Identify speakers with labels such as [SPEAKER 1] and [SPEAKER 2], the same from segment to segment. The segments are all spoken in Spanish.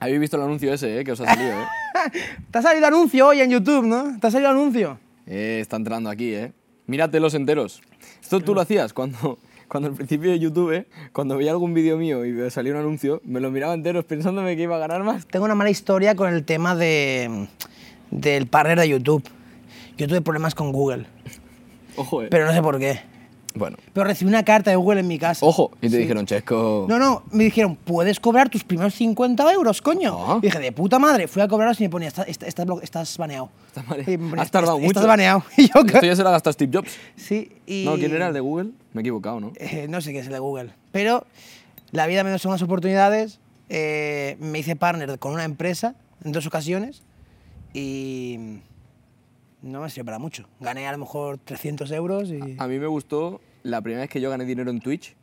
[SPEAKER 1] Habéis visto el anuncio ese, ¿eh? Que os ha salido, ¿eh?
[SPEAKER 2] Te ha salido anuncio hoy en YouTube, ¿no? Te ha salido anuncio.
[SPEAKER 1] Eh, está entrando aquí, ¿eh? Mírate los enteros. Esto tú lo hacías cuando, cuando al principio de YouTube, ¿eh? cuando veía algún vídeo mío y me salía un anuncio, me lo miraba enteros pensándome que iba a ganar más.
[SPEAKER 2] Tengo una mala historia con el tema de, del partner de YouTube. Yo tuve problemas con Google,
[SPEAKER 1] Ojo, ¿eh?
[SPEAKER 2] pero no sé por qué.
[SPEAKER 1] bueno,
[SPEAKER 2] Pero recibí una carta de Google en mi casa.
[SPEAKER 1] ojo. Y te dijeron, Chesco...
[SPEAKER 2] No, no, me dijeron, puedes cobrar tus primeros 50 euros, coño.
[SPEAKER 1] Ah.
[SPEAKER 2] Y dije, de puta madre, fui a cobrarlos y me ponía, "Está- está- estás, blo- estás baneado.
[SPEAKER 1] Estás bane-
[SPEAKER 2] Y me ponía,
[SPEAKER 1] Has tardado
[SPEAKER 2] "Estás-
[SPEAKER 1] mucho.
[SPEAKER 2] Estás baneado. Y yo,
[SPEAKER 1] Esto ya se lo ha gastado Steve Jobs.
[SPEAKER 2] sí, y...
[SPEAKER 1] No, ¿quién era el de Google? Me he equivocado, ¿no?
[SPEAKER 2] Eh, no sé qué es el de Google. Pero la vida me dio unas oportunidades. eh, me hice partner con una empresa en dos ocasiones y no me sirvió para mucho. Gané a lo mejor 300 euros y...
[SPEAKER 1] A mí me gustó la primera vez que yo gané dinero en Twitch,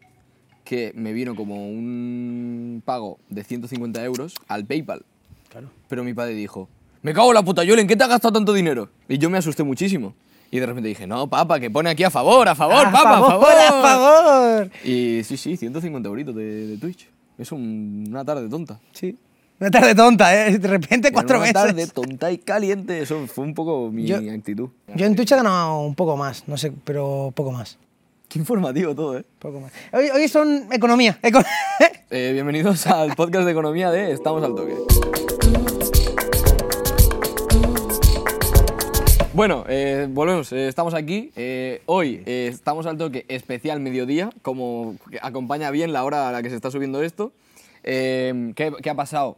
[SPEAKER 1] que me vino como un pago de 150 euros al PayPal.
[SPEAKER 2] Claro.
[SPEAKER 1] Pero mi padre dijo, me cago en la puta, Joel, ¿en qué te has gastado tanto dinero? Y yo me asusté muchísimo. Y de repente dije, no, papá, que pone aquí a favor, a favor,
[SPEAKER 2] ¡A
[SPEAKER 1] papá,
[SPEAKER 2] Ah, favor, a favor!
[SPEAKER 1] Y sí, sí, 150 euritos de, de Twitch. Es un- una tarde tonta.
[SPEAKER 2] Sí. Una tarde tonta, ¿eh? De repente
[SPEAKER 1] Era
[SPEAKER 2] cuatro
[SPEAKER 1] una
[SPEAKER 2] meses.
[SPEAKER 1] tarde tonta y caliente. Eso fue un poco mi
[SPEAKER 2] Yo-
[SPEAKER 1] actitud.
[SPEAKER 2] Yo en Twitch he ganado un poco más, no sé, pero poco más.
[SPEAKER 1] Qué informativo todo, ¿eh?
[SPEAKER 2] Poco más. Hoy, hoy son economía. eco-
[SPEAKER 1] Eh, Bienvenidos al podcast de economía de Estamos al Toque. Bueno, eh, volvemos, eh, estamos aquí. Eh, hoy eh, estamos al toque especial mediodía, como que acompaña bien la hora a la que se está subiendo esto. Eh, ¿qué, qué ha pasado?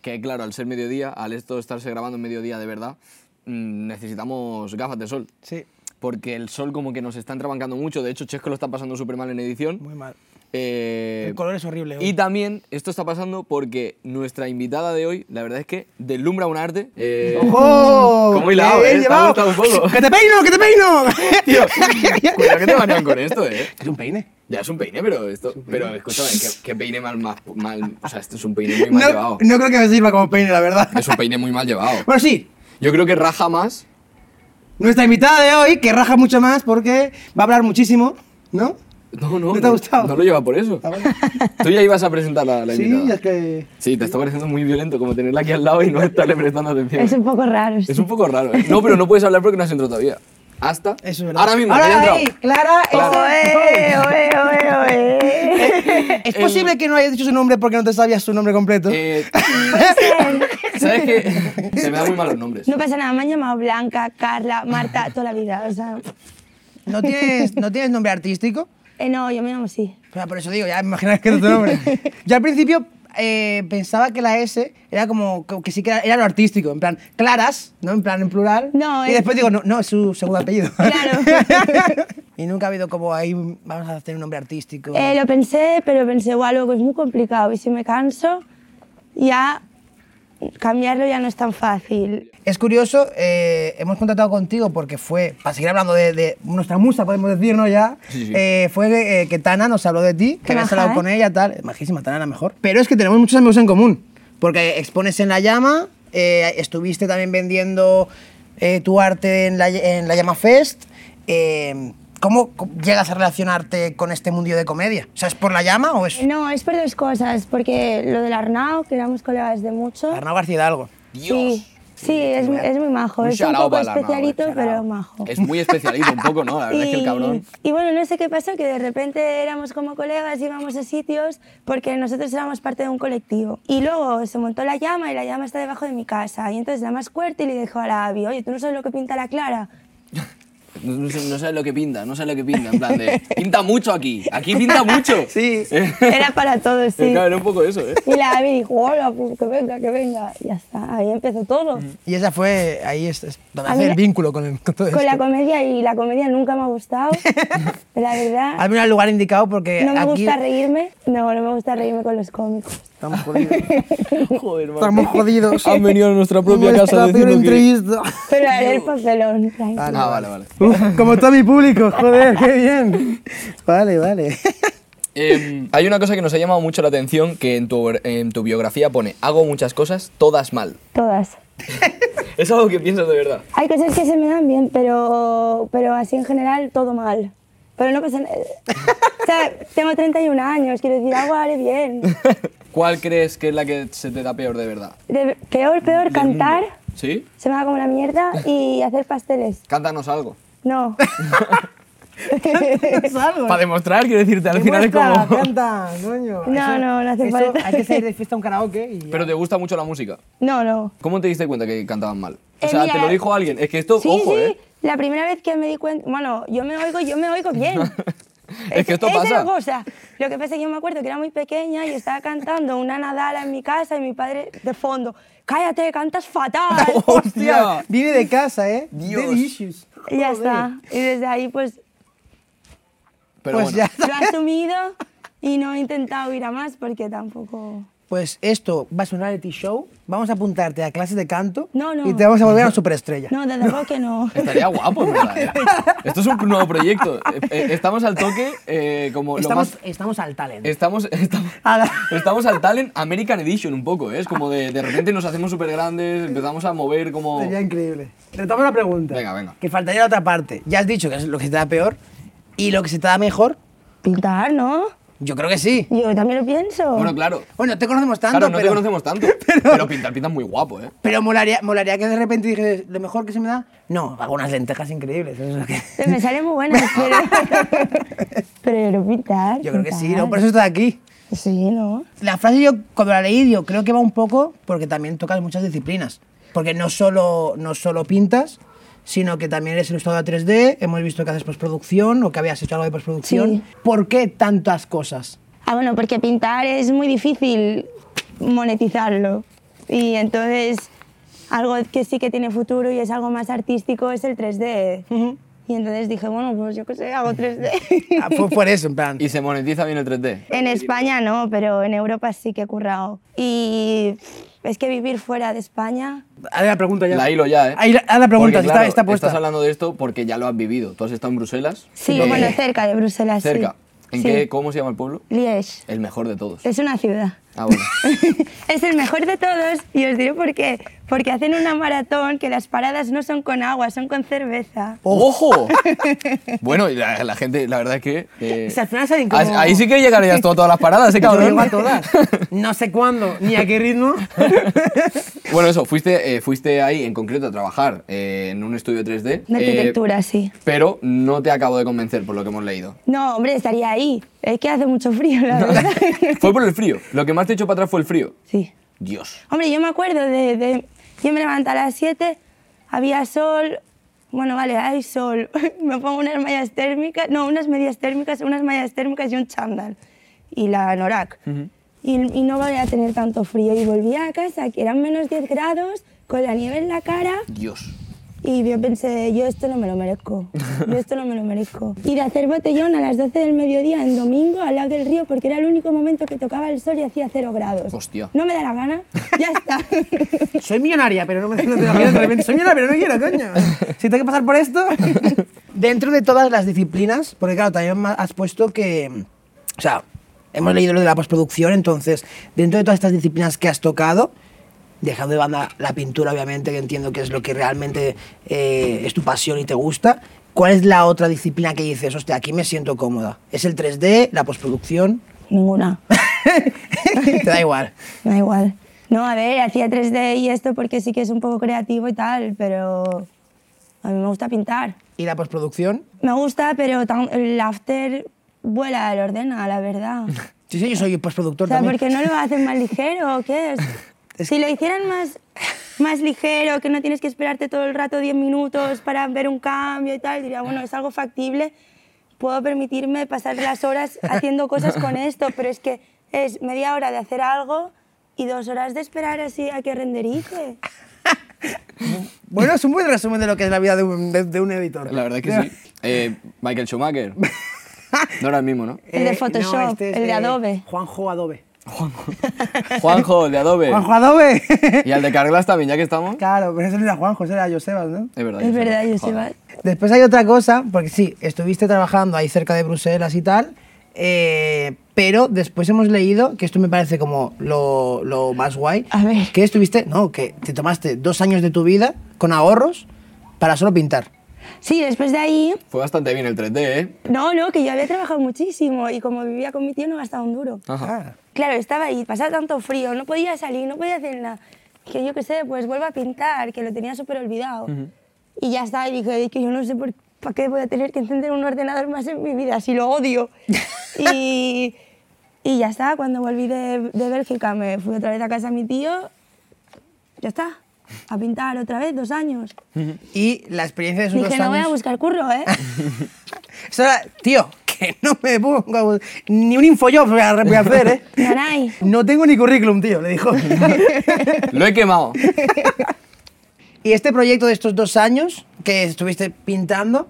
[SPEAKER 1] Que claro, al ser mediodía, al esto estarse grabando en mediodía de verdad, mm, necesitamos gafas de sol.
[SPEAKER 2] sí,
[SPEAKER 1] Porque el sol como que nos está entrabancando mucho. De hecho, Chesco lo está pasando súper mal en edición.
[SPEAKER 2] muy mal.
[SPEAKER 1] Eh,
[SPEAKER 2] El color es horrible. hoy.
[SPEAKER 1] y también esto está pasando porque nuestra invitada de hoy, la verdad es que deslumbra un arte. Eh,
[SPEAKER 2] ¡Ojo!
[SPEAKER 1] Como hilado, eh,
[SPEAKER 2] He
[SPEAKER 1] te ha
[SPEAKER 2] Oh, llevado.
[SPEAKER 1] gustado un poco.
[SPEAKER 2] ¡Que te peino, que te peino!
[SPEAKER 1] Tío, cuidado que te banean con esto, eh.
[SPEAKER 2] ¿Es un peine?
[SPEAKER 1] Ya es un peine, pero esto. Pero escúchame, ¿qué, qué peine mal, mal, mal- O sea, esto es un peine muy mal
[SPEAKER 2] No,
[SPEAKER 1] llevado.
[SPEAKER 2] no creo que me sirva como peine, la verdad.
[SPEAKER 1] Es un peine muy mal llevado.
[SPEAKER 2] Bueno, sí,
[SPEAKER 1] Yo creo que raja más.
[SPEAKER 2] nuestra invitada de hoy, que raja mucho más porque va a hablar muchísimo, ¿no?
[SPEAKER 1] No, no.
[SPEAKER 2] ¿No te ha gustado?
[SPEAKER 1] No lo lleva por eso.
[SPEAKER 2] Ah, bueno.
[SPEAKER 1] Tú ya ibas a presentar la, la
[SPEAKER 2] Sí,
[SPEAKER 1] invitada.
[SPEAKER 2] es que...
[SPEAKER 1] Sí, te está pareciendo muy violento como tenerla aquí al lado y no estarle prestando atención.
[SPEAKER 3] Es un poco raro. sí.
[SPEAKER 1] Es un poco raro, ¿eh? No, pero no puedes hablar porque no has entrado todavía. Hasta.
[SPEAKER 2] Eso es verdad.
[SPEAKER 1] Ahora mismo, que
[SPEAKER 3] Ahora
[SPEAKER 1] haya entrado.
[SPEAKER 3] ahí, Clara,
[SPEAKER 1] Claro.
[SPEAKER 3] oe, oe, oe, oe.
[SPEAKER 2] ¿Es posible que no hayas dicho su nombre porque no te sabías su nombre completo?
[SPEAKER 1] Eh, ¿Sabes qué? Se me dan muy malos nombres.
[SPEAKER 3] No pasa nada, me han llamado Blanca, Carla, Marta, toda la vida. O sea,
[SPEAKER 2] ¿No, tienes, ¿No tienes nombre artístico?
[SPEAKER 3] eh, no, yo me llamo así.
[SPEAKER 2] O sea, por eso digo, ya imaginas que es tu nombre. Yo al principio eh, pensaba que la S era como como que sí que era, era lo artístico, en plan, claras, ¿no? En plan, en plural.
[SPEAKER 3] No,
[SPEAKER 2] y
[SPEAKER 3] es-
[SPEAKER 2] después digo, no, no, es su segundo apellido.
[SPEAKER 3] Claro.
[SPEAKER 2] y nunca ha habido como ahí, vamos a hacer un nombre artístico.
[SPEAKER 3] Eh, lo pensé, pero pensé, guau, luego es muy complicado. Y si me canso, ya cambiarlo ya no es tan fácil.
[SPEAKER 2] Es curioso, eh, hemos contratado contigo porque fue, para seguir hablando de, de nuestra musa, podemos decir, ¿no? Ya,
[SPEAKER 1] Sí, sí.
[SPEAKER 2] eh, fue eh, que Tana nos habló de ti, que
[SPEAKER 3] Qué
[SPEAKER 2] habías
[SPEAKER 3] maja,
[SPEAKER 2] hablado
[SPEAKER 3] ¿eh?
[SPEAKER 2] con ella, tal. Majísima, Tana la mejor. Pero es que tenemos muchos amigos en común, porque expones en La Llama, eh, estuviste también vendiendo eh, tu arte en La, en la Llama Fest. eh, ¿Cómo co- llegas a relacionarte con este mundillo de comedia? ¿O sea, es por La Llama o es
[SPEAKER 3] Eh, No, es por dos cosas, porque lo del Arnau, que éramos colegas de mucho.
[SPEAKER 2] Arnau García Hidalgo?
[SPEAKER 3] Sí, sí, es, es muy majo.
[SPEAKER 1] Un
[SPEAKER 3] es un
[SPEAKER 1] shout-out
[SPEAKER 3] poco
[SPEAKER 1] para el Arnau, eh,
[SPEAKER 3] especialito, pero
[SPEAKER 2] shout-out.
[SPEAKER 3] majo.
[SPEAKER 1] Es muy especialito un poco, ¿no? La verdad es que el cabrón.
[SPEAKER 3] y bueno, no sé qué pasó, que de repente éramos como colegas, íbamos a sitios, porque nosotros éramos parte de un colectivo. Y luego se montó la llama y la llama está debajo de mi casa. Y entonces la más fuerte y le dijo a la Abby, oye, ¿tú no sabes lo que pinta la Clara?
[SPEAKER 1] No, no sé- no sabes lo que pinta, no sabes lo que pinta. En plan de. Pinta mucho aquí. Aquí pinta mucho.
[SPEAKER 2] Sí.
[SPEAKER 1] Eh,
[SPEAKER 3] Era para todos, sí.
[SPEAKER 1] Claro, era un poco eso, ¿eh?
[SPEAKER 3] Y la Abby dijo, hola, pues que venga, que venga. Y ya está, ahí empezó todo.
[SPEAKER 1] Mm.
[SPEAKER 2] Y esa fue, ahí es, es donde
[SPEAKER 3] A
[SPEAKER 2] hace
[SPEAKER 3] mí
[SPEAKER 2] el
[SPEAKER 3] la-
[SPEAKER 2] vínculo con, el- con todo
[SPEAKER 3] Con
[SPEAKER 2] esto.
[SPEAKER 3] la comedia, y la comedia nunca me ha gustado, la verdad.
[SPEAKER 2] Hazme al lugar indicado porque
[SPEAKER 3] No me
[SPEAKER 2] aquí
[SPEAKER 3] gusta reírme. No, no me gusta reírme con los cómicos.
[SPEAKER 2] estamos jodidos.
[SPEAKER 1] Joder, macho.
[SPEAKER 2] estamos jodidos.
[SPEAKER 1] Han venido a nuestra propia
[SPEAKER 2] Nuestra
[SPEAKER 1] casa a
[SPEAKER 2] peor
[SPEAKER 1] decirnos que-
[SPEAKER 2] entrevista.
[SPEAKER 3] Pero haré el papelón. tranqui.
[SPEAKER 1] Ah, vale, vale.
[SPEAKER 2] Uf, como todo mi público, joder, qué bien. Vale, vale.
[SPEAKER 1] Eh, hay una cosa que nos ha llamado mucho la atención que en tu, en tu biografía pone: Hago muchas cosas, todas mal.
[SPEAKER 3] Todas.
[SPEAKER 1] Es algo que piensas de verdad.
[SPEAKER 3] Hay cosas que se me dan bien, pero, pero así en general todo mal. Pero no pasa nada. O sea, tengo 31 años, quiero decir, algo haré bien.
[SPEAKER 1] ¿Cuál crees que es la que se te da peor de verdad?
[SPEAKER 3] De- peor, peor, cantar.
[SPEAKER 1] ¿Sí?
[SPEAKER 3] Se me va como la mierda y hacer pasteles.
[SPEAKER 1] Cántanos algo.
[SPEAKER 3] No.
[SPEAKER 2] Salgo.
[SPEAKER 1] Para demostrar, quiero decirte, al final es
[SPEAKER 2] Demuestra,
[SPEAKER 1] como...
[SPEAKER 2] Canta, coño.
[SPEAKER 3] No, no, no hace
[SPEAKER 2] eso,
[SPEAKER 3] falta.
[SPEAKER 2] Hay que salir de fiesta a un karaoke y. ya.
[SPEAKER 1] Pero te gusta mucho la música.
[SPEAKER 3] No, no.
[SPEAKER 1] ¿Cómo te diste cuenta que cantaban mal? O
[SPEAKER 3] Eh,
[SPEAKER 1] sea,
[SPEAKER 3] mira,
[SPEAKER 1] te lo
[SPEAKER 3] eh,
[SPEAKER 1] dijo alguien. Es que esto,
[SPEAKER 3] Sí,
[SPEAKER 1] ojo,
[SPEAKER 3] sí.
[SPEAKER 1] ¿eh?
[SPEAKER 3] La primera vez que me di cuenta. Bueno, yo me oigo, yo me oigo bien.
[SPEAKER 1] Es que esto
[SPEAKER 3] esa
[SPEAKER 1] pasa.
[SPEAKER 3] es la cosa. Lo que pasa es que yo me acuerdo que era muy pequeña y estaba cantando una nadala en mi casa y mi padre de fondo. Cállate, cantas fatal. Pues,
[SPEAKER 1] ¡Hostia!
[SPEAKER 2] Viene de casa, ¿eh?
[SPEAKER 1] Dios.
[SPEAKER 2] Daddy issues.
[SPEAKER 3] y ya
[SPEAKER 2] Joder.
[SPEAKER 3] está. Y desde ahí pues
[SPEAKER 1] Pero
[SPEAKER 2] pues
[SPEAKER 1] bueno,
[SPEAKER 2] ya.
[SPEAKER 3] lo he asumido y no he intentado ir a más porque tampoco.
[SPEAKER 2] Pues esto va a ser un reality show. Vamos a apuntarte a clases de canto.
[SPEAKER 3] No, no.
[SPEAKER 2] Y te vamos a volver a una superestrella.
[SPEAKER 3] No, desde luego que no.
[SPEAKER 1] estaría guapo, en ¿verdad? eh. Esto es un nuevo proyecto. Eh, eh, estamos al toque, eh, como
[SPEAKER 2] estamos,
[SPEAKER 1] lo más...
[SPEAKER 2] estamos al talento.
[SPEAKER 1] Estamos, estamos,
[SPEAKER 2] A la-
[SPEAKER 1] estamos al Talent American Edition un poco, ¿eh? Es como de, de repente nos hacemos súper grandes, empezamos a mover como...
[SPEAKER 2] Sería increíble. Retoma la pregunta.
[SPEAKER 1] Venga, venga.
[SPEAKER 2] Que faltaría la otra parte. Ya has dicho que es lo que se te da peor y lo que se te da mejor.
[SPEAKER 3] Pintar, ¿no?
[SPEAKER 2] Yo creo que sí.
[SPEAKER 3] Yo también lo pienso.
[SPEAKER 1] Bueno, claro.
[SPEAKER 2] Bueno, te conocemos tanto,
[SPEAKER 1] claro, no te
[SPEAKER 2] pero,
[SPEAKER 1] conocemos tanto. Pero, pintar, pintar muy guapo, ¿eh?
[SPEAKER 2] pero molaría, molaría que de repente dijeras, lo mejor que se me da. No, hago unas lentejas increíbles. eso es lo que-
[SPEAKER 3] Se me sale muy buena, pero. pero pintar.
[SPEAKER 2] Yo creo que sí,
[SPEAKER 3] pintar.
[SPEAKER 2] ¿no? por eso está aquí.
[SPEAKER 3] Sí, ¿no?
[SPEAKER 2] La frase yo cuando la leí yo creo que va un poco porque también tocas muchas disciplinas. Porque no solo, no solo pintas, sino que también eres ilustradora 3D, hemos visto que haces postproducción o que habías hecho algo de postproducción.
[SPEAKER 3] Sí.
[SPEAKER 2] ¿Por qué tantas cosas?
[SPEAKER 3] Ah, bueno, porque pintar es muy difícil monetizarlo. Y entonces, algo que sí que tiene futuro y es algo más artístico es el 3D. Y entonces dije, bueno, pues yo qué sé, hago 3D.
[SPEAKER 2] Ah, fue por eso, en plan.
[SPEAKER 1] Y se monetiza bien el 3D.
[SPEAKER 3] En España no, pero en Europa sí que he currado. Y es que vivir fuera de España.
[SPEAKER 2] Haz la pregunta ya.
[SPEAKER 1] La hilo ya, ¿eh?
[SPEAKER 2] Ahí la- haz la pregunta,
[SPEAKER 1] Porque,
[SPEAKER 2] si está-
[SPEAKER 1] claro,
[SPEAKER 2] está puesta.
[SPEAKER 1] Estás hablando de esto porque ya lo has vivido. Tú has estado en Bruselas.
[SPEAKER 3] Sí,
[SPEAKER 1] Eh,
[SPEAKER 3] bueno, cerca de Bruselas. sí.
[SPEAKER 1] Cerca. ¿En
[SPEAKER 3] Sí.
[SPEAKER 1] qué, ¿Cómo se llama el pueblo?
[SPEAKER 3] Liège.
[SPEAKER 1] El mejor de todos.
[SPEAKER 3] Es una ciudad.
[SPEAKER 1] Ah, bueno.
[SPEAKER 3] es el mejor de todos y os diré por qué. Porque hacen una maratón que las paradas no son con agua, son con cerveza.
[SPEAKER 1] ¡Ojo! bueno, y la, la gente, la verdad es que. eh,
[SPEAKER 2] O sea, al final salen como-
[SPEAKER 1] ahí- Ahí sí que llegarías tú a todas las paradas, ¿eh,
[SPEAKER 2] Yo
[SPEAKER 1] cabrón?
[SPEAKER 2] llego a todas. No sé cuándo, ni a qué ritmo.
[SPEAKER 1] Bueno, eso, fuiste, eh, fuiste ahí en concreto a trabajar eh, en un estudio 3D.
[SPEAKER 3] De
[SPEAKER 1] eh,
[SPEAKER 3] arquitectura, sí.
[SPEAKER 1] pero no te acabo de convencer por lo que hemos leído.
[SPEAKER 3] No, hombre, estaría ahí. Es que hace mucho frío, la verdad.
[SPEAKER 1] fue por el frío. Lo que más te echó para atrás fue el frío.
[SPEAKER 3] sí.
[SPEAKER 1] Dios.
[SPEAKER 3] Hombre, yo me acuerdo de, de- Yo me levanto a las 7, había sol. Bueno, vale, hay sol. me pongo unas mallas térmicas, no, unas medias térmicas, unas mallas térmicas y un chándal. Y la Norak. y, y no voy a tener tanto frío. Y volvía a casa, que eran menos 10 grados, con la nieve en la cara.
[SPEAKER 1] Dios.
[SPEAKER 3] Y yo pensé, yo esto no me lo merezco. Yo esto no me lo merezco. Y de hacer botellón a las 12 del mediodía en domingo al lado del río porque era el único momento que tocaba el sol y hacía cero grados.
[SPEAKER 1] Hostia.
[SPEAKER 3] No me da la gana. Ya está.
[SPEAKER 2] Soy millonaria, pero no me no te lo quiero de repente. Soy millonaria, pero no quiero, coño. Si tengo que pasar por esto. Dentro de todas las disciplinas, porque claro, también ma- has puesto que. O sea, hemos leído lo de la postproducción, entonces, dentro de todas estas disciplinas que has tocado, dejando de banda la pintura, obviamente, que entiendo que es lo que realmente eh, es tu pasión y te gusta, ¿cuál es la otra disciplina que dices, hostia, aquí me siento cómoda? ¿Es el 3D, la postproducción?
[SPEAKER 3] Ninguna.
[SPEAKER 2] te da igual.
[SPEAKER 3] Me da igual. No, a ver, hacía 3D y esto porque sí que es un poco creativo y tal, pero a mí me gusta pintar.
[SPEAKER 2] ¿Y la postproducción?
[SPEAKER 3] Me gusta, pero tan- el after vuela el ordena, la verdad.
[SPEAKER 2] Sí, sí, yo soy postproductor
[SPEAKER 3] O sea,
[SPEAKER 2] también.
[SPEAKER 3] porque no lo hacen más ligero, ¿o ¿qué es? Si lo hicieran más, más ligero, que no tienes que esperarte todo el rato 10 minutos para ver un cambio y tal, diría, bueno, es algo factible, puedo permitirme pasar las horas haciendo cosas con esto, pero es que es media hora de hacer algo y dos horas de esperar así a que renderice.
[SPEAKER 2] Bueno, es un buen resumen de lo que es la vida de un, de- de un editor.
[SPEAKER 1] La verdad es que sí. Eh, Michael Schumacher. No era el mismo, ¿no?
[SPEAKER 2] Eh,
[SPEAKER 3] El de Photoshop, el este de Adobe.
[SPEAKER 2] este Juanjo Adobe.
[SPEAKER 1] Juanjo, el de Adobe.
[SPEAKER 2] ¡Juanjo Adobe!
[SPEAKER 1] Y al de Carglass también, ya que estamos.
[SPEAKER 2] claro, pero ese no era Juanjo, ese era Josebas, ¿no?
[SPEAKER 1] Es verdad.
[SPEAKER 3] Es verdad,
[SPEAKER 1] Joseba.
[SPEAKER 3] Joseba.
[SPEAKER 1] Joder.
[SPEAKER 2] Después hay otra cosa, porque sí, estuviste trabajando ahí cerca de Bruselas y tal, eh, pero después hemos leído, que esto me parece como lo, lo más guay,
[SPEAKER 3] A ver.
[SPEAKER 2] que estuviste, no, que te tomaste dos años de tu vida con ahorros para solo pintar.
[SPEAKER 3] Sí, después de ahí,
[SPEAKER 1] Fue bastante bien el 3D, ¿eh?
[SPEAKER 3] no, no, que yo había trabajado muchísimo y como vivía con mi tío no gastaba un duro.
[SPEAKER 1] Ajá.
[SPEAKER 2] Ah.
[SPEAKER 3] claro, estaba ahí, pasaba tanto frío, no podía salir, no podía hacer nada. Que yo qué sé, pues vuelvo a pintar, que lo tenía súper olvidado. Y ya está, y dije, "Es que yo no sé por para qué voy a tener que encender un ordenador más en mi vida, si lo odio. y, y ya está, cuando volví de, de Bélgica me fui otra vez a casa de mi tío, ya está, a pintar otra vez, dos años.
[SPEAKER 2] Y la experiencia de sus
[SPEAKER 3] Dije,
[SPEAKER 2] dos
[SPEAKER 3] no voy a
[SPEAKER 2] años...
[SPEAKER 3] buscar curro, ¿eh?
[SPEAKER 2] Eso era- tío, que no me pongo a bus- Ni un infojob voy a voy a hacer, ¿eh?
[SPEAKER 3] Caray.
[SPEAKER 2] No tengo ni currículum, tío, le dijo. Ah.
[SPEAKER 1] Lo he quemado.
[SPEAKER 2] y este proyecto de estos dos años que estuviste pintando,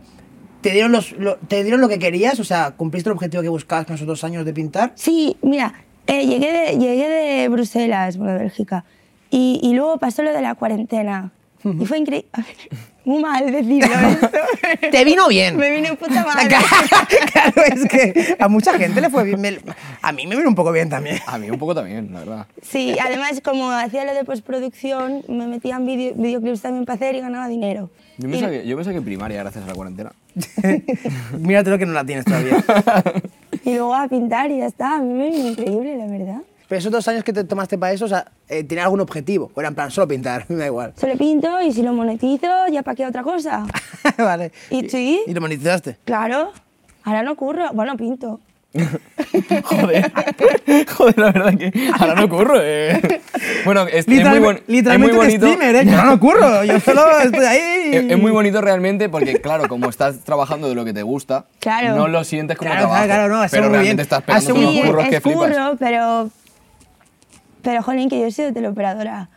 [SPEAKER 2] ¿te dieron, los, lo, ¿te dieron lo que querías? O sea, ¿cumpliste el objetivo que buscabas con esos dos años de pintar?
[SPEAKER 3] Sí, mira, eh, llegué, de, llegué de Bruselas, bueno, de Bélgica, y, y luego pasó lo de la cuarentena. Y fue increíble. Muy mal decirlo esto.
[SPEAKER 2] Te vino bien.
[SPEAKER 3] Me vino puta madre.
[SPEAKER 2] claro, es que a mucha gente le fue bien. me- a mí me vino un poco bien también.
[SPEAKER 1] A mí un poco también, la verdad.
[SPEAKER 3] Sí, además, como hacía lo de postproducción, me metían video, videoclips también para hacer y ganaba dinero.
[SPEAKER 1] Yo me, saqué, yo me saqué primaria gracias a la cuarentena.
[SPEAKER 2] Míratelo que no la tienes todavía.
[SPEAKER 3] Y luego a pintar y ya está. A mí me vino increíble, la verdad.
[SPEAKER 2] Pero esos dos años que te tomaste para eso, o sea, eh, ¿tenía algún objetivo? O era en plan solo pintar, me da igual.
[SPEAKER 3] Solo pinto y si lo monetizo, ya para qué otra cosa.
[SPEAKER 2] vale.
[SPEAKER 3] ¿Y sí?
[SPEAKER 2] ¿Y lo monetizaste?
[SPEAKER 3] Claro, ahora no curro. Bueno, pinto.
[SPEAKER 1] Joder, joder, la verdad que ahora no ocurro. Eh. Bueno, es, es muy, bon- es muy
[SPEAKER 2] literalmente un
[SPEAKER 1] bonito.
[SPEAKER 2] streamer, ¿eh? Yo no lo curro, yo solo estoy ahí.
[SPEAKER 1] Es, es muy bonito realmente porque, claro, como estás trabajando de lo que te gusta,
[SPEAKER 3] Claro.
[SPEAKER 1] no lo sientes como
[SPEAKER 2] Claro,
[SPEAKER 1] trabajo.
[SPEAKER 2] claro, claro, no, eso
[SPEAKER 1] pero
[SPEAKER 2] muy
[SPEAKER 1] realmente
[SPEAKER 2] bien.
[SPEAKER 1] estás
[SPEAKER 2] Hace
[SPEAKER 1] pegando
[SPEAKER 2] un-
[SPEAKER 1] unos
[SPEAKER 3] Sí,
[SPEAKER 1] curros
[SPEAKER 3] es,
[SPEAKER 1] que flipas.
[SPEAKER 3] curro, pero... Pero, jolín, que yo he sido teleoperadora.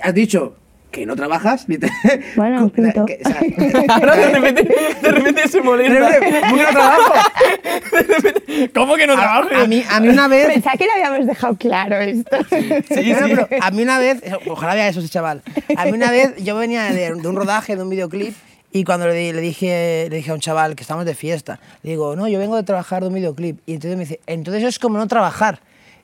[SPEAKER 2] Has dicho que no trabajas, literal-
[SPEAKER 3] Bueno,
[SPEAKER 2] Que-
[SPEAKER 3] pinto.
[SPEAKER 2] que- o sea,
[SPEAKER 1] Ahora de repente, de repente se molesta.
[SPEAKER 2] ¿Cómo que no trabajo?
[SPEAKER 1] ¿Cómo que no trabajo?
[SPEAKER 2] A mí, a mí una vez.
[SPEAKER 3] Pensaba que lo habíamos dejado claro esto.
[SPEAKER 1] Sí,
[SPEAKER 2] No, no,
[SPEAKER 1] sí.
[SPEAKER 2] pero a mí una vez, ojalá vea eso ese chaval. A mí una vez yo venía de, de un rodaje, de un videoclip, y cuando le, di- le dije, le dije a un chaval que estamos de fiesta, le digo, no, yo vengo de trabajar de un videoclip. Y entonces me dice, entonces eso es como no trabajar.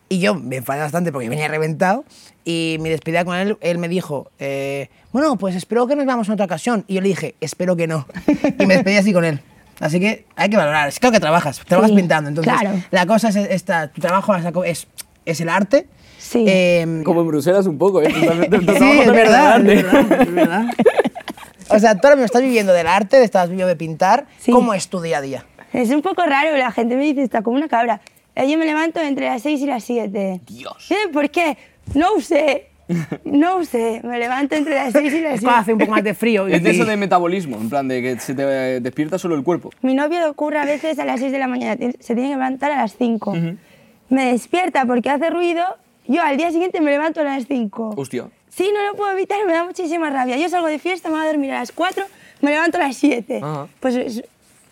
[SPEAKER 2] Y yo me enfadé bastante porque venía reventado. Y mi despedida con él, él me dijo, eh, bueno, pues espero que nos veamos en otra ocasión. Y yo le dije, espero que no. Y me despedí así con él. Así que hay que valorar. Es claro que trabajas, trabajas
[SPEAKER 3] Sí,
[SPEAKER 2] pintando. Entonces,
[SPEAKER 3] claro.
[SPEAKER 2] la cosa es esta: tu trabajo es, es el arte.
[SPEAKER 3] Sí.
[SPEAKER 2] Em,
[SPEAKER 1] Como en Bruselas un poco, ¿eh? Totalmente-
[SPEAKER 2] Sí,
[SPEAKER 1] totalmente
[SPEAKER 2] es verdad,
[SPEAKER 1] grande.
[SPEAKER 2] es verdad, es verdad. O sea, tú ahora mismo estás viviendo del arte, estás viviendo de pintar.
[SPEAKER 3] Sí.
[SPEAKER 2] ¿Cómo es tu día a día?
[SPEAKER 3] Es un poco raro, la gente me dice, está como una cabra. Eh, Yo me levanto entre las 6 y las 7.
[SPEAKER 1] Dios.
[SPEAKER 3] ¿Eh? ¿Por qué? No sé. No sé. Me levanto entre las 6 y las 7.
[SPEAKER 2] un poco más de frío.
[SPEAKER 1] Es de eso de metabolismo, en plan de que se te despierta solo el cuerpo.
[SPEAKER 3] Mi novio ocurre a veces a las 6 de la mañana, tien- se tiene que levantar a las 5. Me despierta porque hace ruido, yo al día siguiente me levanto a las 5.
[SPEAKER 1] Hostia.
[SPEAKER 3] Sí, no lo puedo evitar, me da muchísima rabia. Yo salgo de fiesta, me voy a dormir a las 4, me levanto a las 7.
[SPEAKER 1] Ajá.
[SPEAKER 3] Pues es-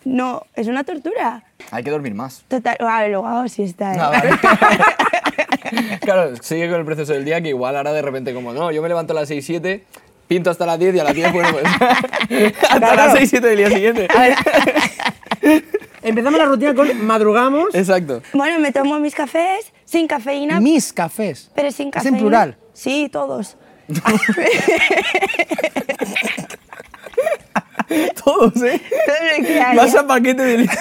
[SPEAKER 3] no, es una tortura.
[SPEAKER 1] Hay que dormir más.
[SPEAKER 3] Total, ah, luego hago siesta. ¿eh?
[SPEAKER 1] Ah, vale. claro, sigue con el proceso del día que igual ahora de repente como, no, yo me levanto a las 6, 7, pinto hasta las 10 y a las 10 bueno, pues, hasta las 6, 7 del día siguiente.
[SPEAKER 2] Empezamos la rutina con madrugamos.
[SPEAKER 1] Exacto.
[SPEAKER 3] Bueno, me tomo mis cafés, sin cafeína,
[SPEAKER 2] Mis cafés.
[SPEAKER 3] pero sin
[SPEAKER 2] ¿Es
[SPEAKER 3] cafeína.
[SPEAKER 2] en plural?
[SPEAKER 3] Sí, todos.
[SPEAKER 1] Todos, ¿eh?
[SPEAKER 3] Todos los que hay. ¿eh?
[SPEAKER 1] Vas a paquete de...
[SPEAKER 3] Sí,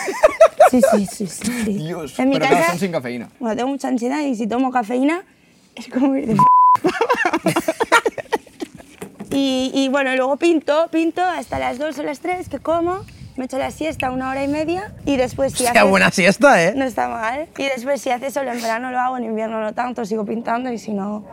[SPEAKER 3] sí, sí. sí, sí.
[SPEAKER 1] Dios.
[SPEAKER 3] En mi
[SPEAKER 1] Pero claro,
[SPEAKER 3] casa,
[SPEAKER 1] son sin cafeína.
[SPEAKER 3] bueno, tengo mucha ansiedad y si tomo cafeína es como ir de y, y bueno, luego pinto, pinto hasta las 2 o las 3 que como, me echo la siesta una hora y media y después si
[SPEAKER 2] Hostia, buena siesta, ¿eh?
[SPEAKER 3] No está mal. Y después si hace solo en verano lo hago, en invierno no tanto, sigo pintando y si no,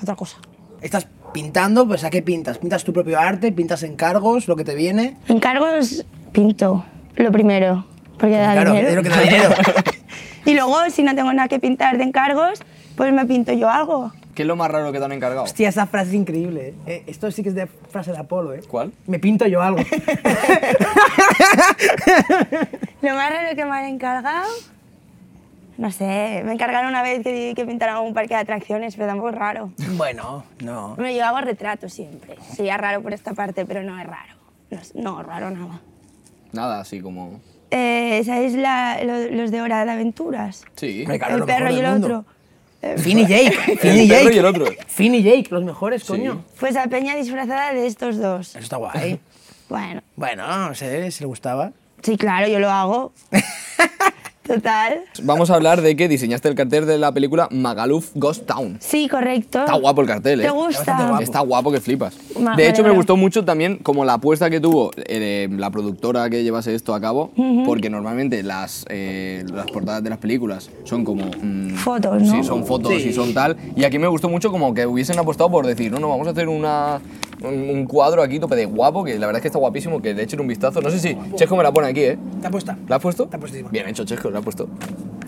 [SPEAKER 3] otra cosa.
[SPEAKER 2] Estás pintando, pues ¿a qué pintas? ¿Pintas tu propio arte? ¿Pintas encargos? ¿Lo que te viene?
[SPEAKER 3] Encargos pinto, lo primero, porque da
[SPEAKER 2] claro,
[SPEAKER 3] dinero.
[SPEAKER 2] es lo que te da dinero.
[SPEAKER 3] Y luego, si no tengo nada que pintar de encargos, pues me pinto yo algo.
[SPEAKER 1] ¿Qué es lo más raro que te han encargado?
[SPEAKER 2] Hostia, esa frase es increíble. ¿eh? Esto sí que es de frase de Apolo, ¿eh?
[SPEAKER 1] ¿Cuál?
[SPEAKER 2] Me pinto yo algo.
[SPEAKER 3] Lo más raro que me han encargado, no sé, me encargaron una vez que, que pintara un parque de atracciones, pero tampoco es raro.
[SPEAKER 2] bueno, no.
[SPEAKER 3] Bueno, yo hago retratos siempre. Sería raro por esta parte, pero no es raro. No, es- no, raro nada.
[SPEAKER 1] Nada, así como...
[SPEAKER 3] Eh, ¿Sabéis la- lo- los de Hora de Aventuras?
[SPEAKER 1] Sí.
[SPEAKER 2] Me Eh, Claro,
[SPEAKER 3] el
[SPEAKER 2] lo
[SPEAKER 3] perro
[SPEAKER 2] mejor
[SPEAKER 3] y
[SPEAKER 2] del
[SPEAKER 3] el
[SPEAKER 2] mundo.
[SPEAKER 3] otro. Eh,
[SPEAKER 2] Finn y Jake. Finn
[SPEAKER 1] El
[SPEAKER 2] y
[SPEAKER 1] perro
[SPEAKER 2] Jake.
[SPEAKER 1] y el otro.
[SPEAKER 2] Finn y Jake, los mejores,
[SPEAKER 1] Sí.
[SPEAKER 2] coño.
[SPEAKER 3] pues a Peña disfrazada de estos dos.
[SPEAKER 2] Eso está guay.
[SPEAKER 3] Bueno,
[SPEAKER 2] Bueno, no sé si le gustaba.
[SPEAKER 3] sí, claro, yo lo hago. Total.
[SPEAKER 1] Vamos a hablar de que diseñaste el cartel de la película Magaluf Ghost Town.
[SPEAKER 3] Sí, correcto.
[SPEAKER 1] Está guapo el cartel, ¿eh?
[SPEAKER 3] ¿Te gusta?
[SPEAKER 2] Bastante guapo.
[SPEAKER 1] Está guapo que flipas.
[SPEAKER 3] Ma-
[SPEAKER 1] De hecho,
[SPEAKER 3] vale,
[SPEAKER 1] me
[SPEAKER 3] vale.
[SPEAKER 1] gustó mucho también como la apuesta que tuvo eh, la productora que llevase esto a cabo, porque normalmente las, eh, las portadas de las películas son como... mm,
[SPEAKER 3] Fotos, ¿no?
[SPEAKER 1] Sí, son fotos
[SPEAKER 2] Sí.
[SPEAKER 1] y son tal. Y aquí me gustó mucho como que hubiesen apostado por decir, no, no, vamos a hacer una... Un un cuadro aquí tope de guapo, que la verdad es que está guapísimo, que le echen un vistazo. No sé si Chesco me la pone aquí, ¿eh?
[SPEAKER 2] Está puesta.
[SPEAKER 1] ¿La has puesto?
[SPEAKER 2] Está puestísima.
[SPEAKER 1] Bien hecho, Chesco, la has puesto.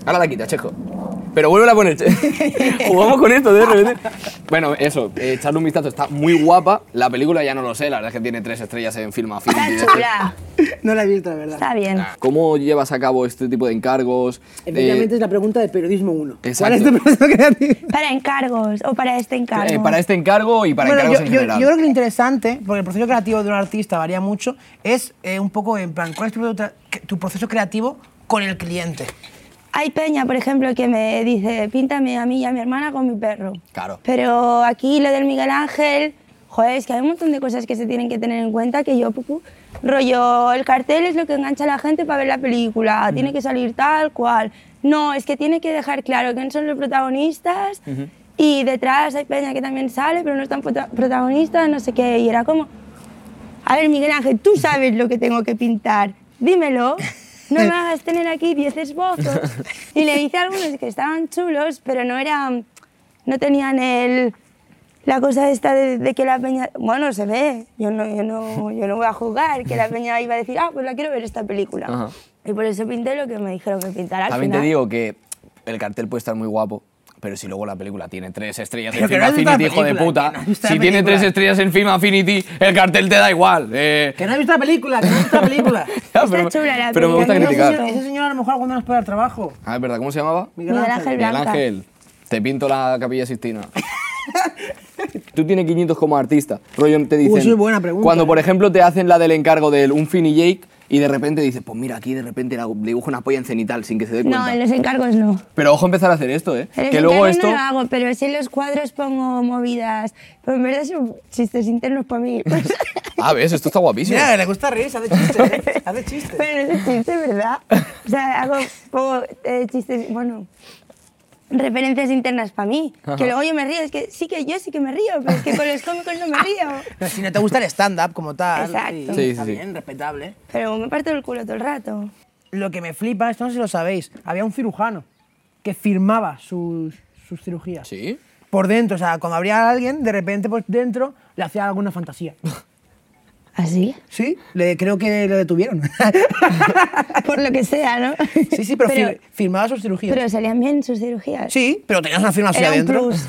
[SPEAKER 1] Ahora la quita, Chesco. Pero vuelve a poner. Che- Jugamos con esto de repente. Bueno, eso, eh, echarle un vistazo, está muy guapa. La película ya no lo sé, la verdad es que tiene tres estrellas en Film Affinity.
[SPEAKER 3] Está
[SPEAKER 1] de
[SPEAKER 3] chula.
[SPEAKER 2] No la he visto, la verdad.
[SPEAKER 3] Está bien.
[SPEAKER 1] este. ¿Cómo llevas a cabo este tipo de encargos?
[SPEAKER 2] Efectivamente
[SPEAKER 1] Eh,
[SPEAKER 2] es la pregunta de periodismo 1. ¿Cuál
[SPEAKER 1] Exacto.
[SPEAKER 2] es tu proceso creativo?
[SPEAKER 3] Para encargos o para este encargo.
[SPEAKER 1] eh, para este encargo y para
[SPEAKER 2] bueno,
[SPEAKER 1] encargos
[SPEAKER 2] yo,
[SPEAKER 1] en
[SPEAKER 2] yo-
[SPEAKER 1] general.
[SPEAKER 2] yo creo que lo interesante, porque el proceso creativo de un artista varía mucho, es eh, un poco en plan, ¿cuál es tu, tra- tu proceso creativo con el cliente?
[SPEAKER 3] Hay peña, por ejemplo, que me dice, píntame a mí y a mi hermana con mi perro.
[SPEAKER 1] Claro.
[SPEAKER 3] Pero aquí lo del Miguel Ángel, joder, es que hay un montón de cosas que se tienen que tener en cuenta que yo, pupu, rollo, el cartel es lo que engancha a la gente para ver la película, tiene que salir tal cual. No, es que tiene que dejar claro quiénes son los protagonistas y detrás hay peña que también sale, pero no están prota- protagonistas, no sé qué. Y era como, a ver, Miguel Ángel, tú sabes lo que tengo que pintar. Dímelo. No me hagas tener aquí 10 esbozos. Y le hice algunos que estaban chulos, pero no eran. No tenían el. La cosa esta de, de que la peña. Bueno, se ve. Yo no, yo, no, yo no voy a juzgar que la peña iba a decir, ah, pues la quiero ver esta película.
[SPEAKER 1] Ajá.
[SPEAKER 3] Y por eso pinté lo que me dijeron que pintara. al
[SPEAKER 1] También te
[SPEAKER 3] final.
[SPEAKER 1] digo que el cartel puede estar muy guapo. Pero si luego la película tiene tres estrellas
[SPEAKER 2] Pero
[SPEAKER 1] en
[SPEAKER 2] que
[SPEAKER 1] Film
[SPEAKER 2] no has visto la
[SPEAKER 1] Affinity, hijo de
[SPEAKER 2] película,
[SPEAKER 1] puta.
[SPEAKER 2] que no has visto la
[SPEAKER 1] si tiene
[SPEAKER 2] película.
[SPEAKER 1] tres estrellas en Film Affinity, el cartel te da igual. Eh,
[SPEAKER 2] Que no he visto la película, que no he visto la película.
[SPEAKER 1] Ya,
[SPEAKER 3] Está chula la
[SPEAKER 1] pero me gusta
[SPEAKER 2] Ese
[SPEAKER 3] película, Criticar.
[SPEAKER 2] señor,
[SPEAKER 1] criticar.
[SPEAKER 2] ese señor a lo mejor cuando nos puede dar trabajo.
[SPEAKER 1] Ah, es verdad, ¿cómo se llamaba?
[SPEAKER 2] Miguel
[SPEAKER 3] Miguel
[SPEAKER 2] Ángel.
[SPEAKER 3] Ángel
[SPEAKER 1] Miguel
[SPEAKER 3] Blanca.
[SPEAKER 1] Ángel. Te pinto la capilla Sistina. Tú tienes 500 como artista. Rollo te dicen.
[SPEAKER 2] eso es buena pregunta,
[SPEAKER 1] Cuando,
[SPEAKER 2] eh.
[SPEAKER 1] por ejemplo, te hacen la del encargo del un Finn y Jake y de repente dices, pues mira, aquí de repente la- le dibujo una polla en cenital sin que se dé
[SPEAKER 3] No,
[SPEAKER 1] cuenta.
[SPEAKER 3] en los encargos no.
[SPEAKER 1] Pero ojo a empezar a hacer esto, ¿eh?
[SPEAKER 3] En los
[SPEAKER 1] que luego
[SPEAKER 3] encargos
[SPEAKER 1] esto.
[SPEAKER 3] no lo hago, pero si en los cuadros pongo movidas. Pero en verdad son chistes internos para mí.
[SPEAKER 1] Ah, ves, esto está guapísimo.
[SPEAKER 2] Mira, le gusta reírse, hace chistes, ¿eh? hace chistes.
[SPEAKER 3] Pero no es chiste, ¿verdad? O sea, hago pongo, eh, chistes, bueno, referencias internas para mí. Que luego yo me río, es que sí que yo sí que me río, pero es que con los cómicos no me río.
[SPEAKER 2] No, si no te gusta el stand-up como tal,
[SPEAKER 3] Exacto.
[SPEAKER 2] sí,
[SPEAKER 3] Sí,
[SPEAKER 1] sí,
[SPEAKER 2] está
[SPEAKER 1] sí.
[SPEAKER 2] bien, respetable.
[SPEAKER 3] Pero me parto el culo todo el rato.
[SPEAKER 2] Lo que me flipa, esto no sé si lo sabéis, había un cirujano que firmaba sus, sus cirugías.
[SPEAKER 1] Sí.
[SPEAKER 2] Por dentro, o sea, cuando abría a alguien, de repente por dentro le hacía alguna fantasía.
[SPEAKER 3] ¿Así?
[SPEAKER 2] Sí, le, creo que lo detuvieron.
[SPEAKER 3] Por lo que sea, ¿no?
[SPEAKER 2] sí, sí, pero, fir-
[SPEAKER 3] pero,
[SPEAKER 2] firmaba sus cirugías.
[SPEAKER 3] pero salían bien sus cirugías.
[SPEAKER 2] sí, pero tenías una firma así
[SPEAKER 3] Era un
[SPEAKER 2] adentro.
[SPEAKER 3] plus.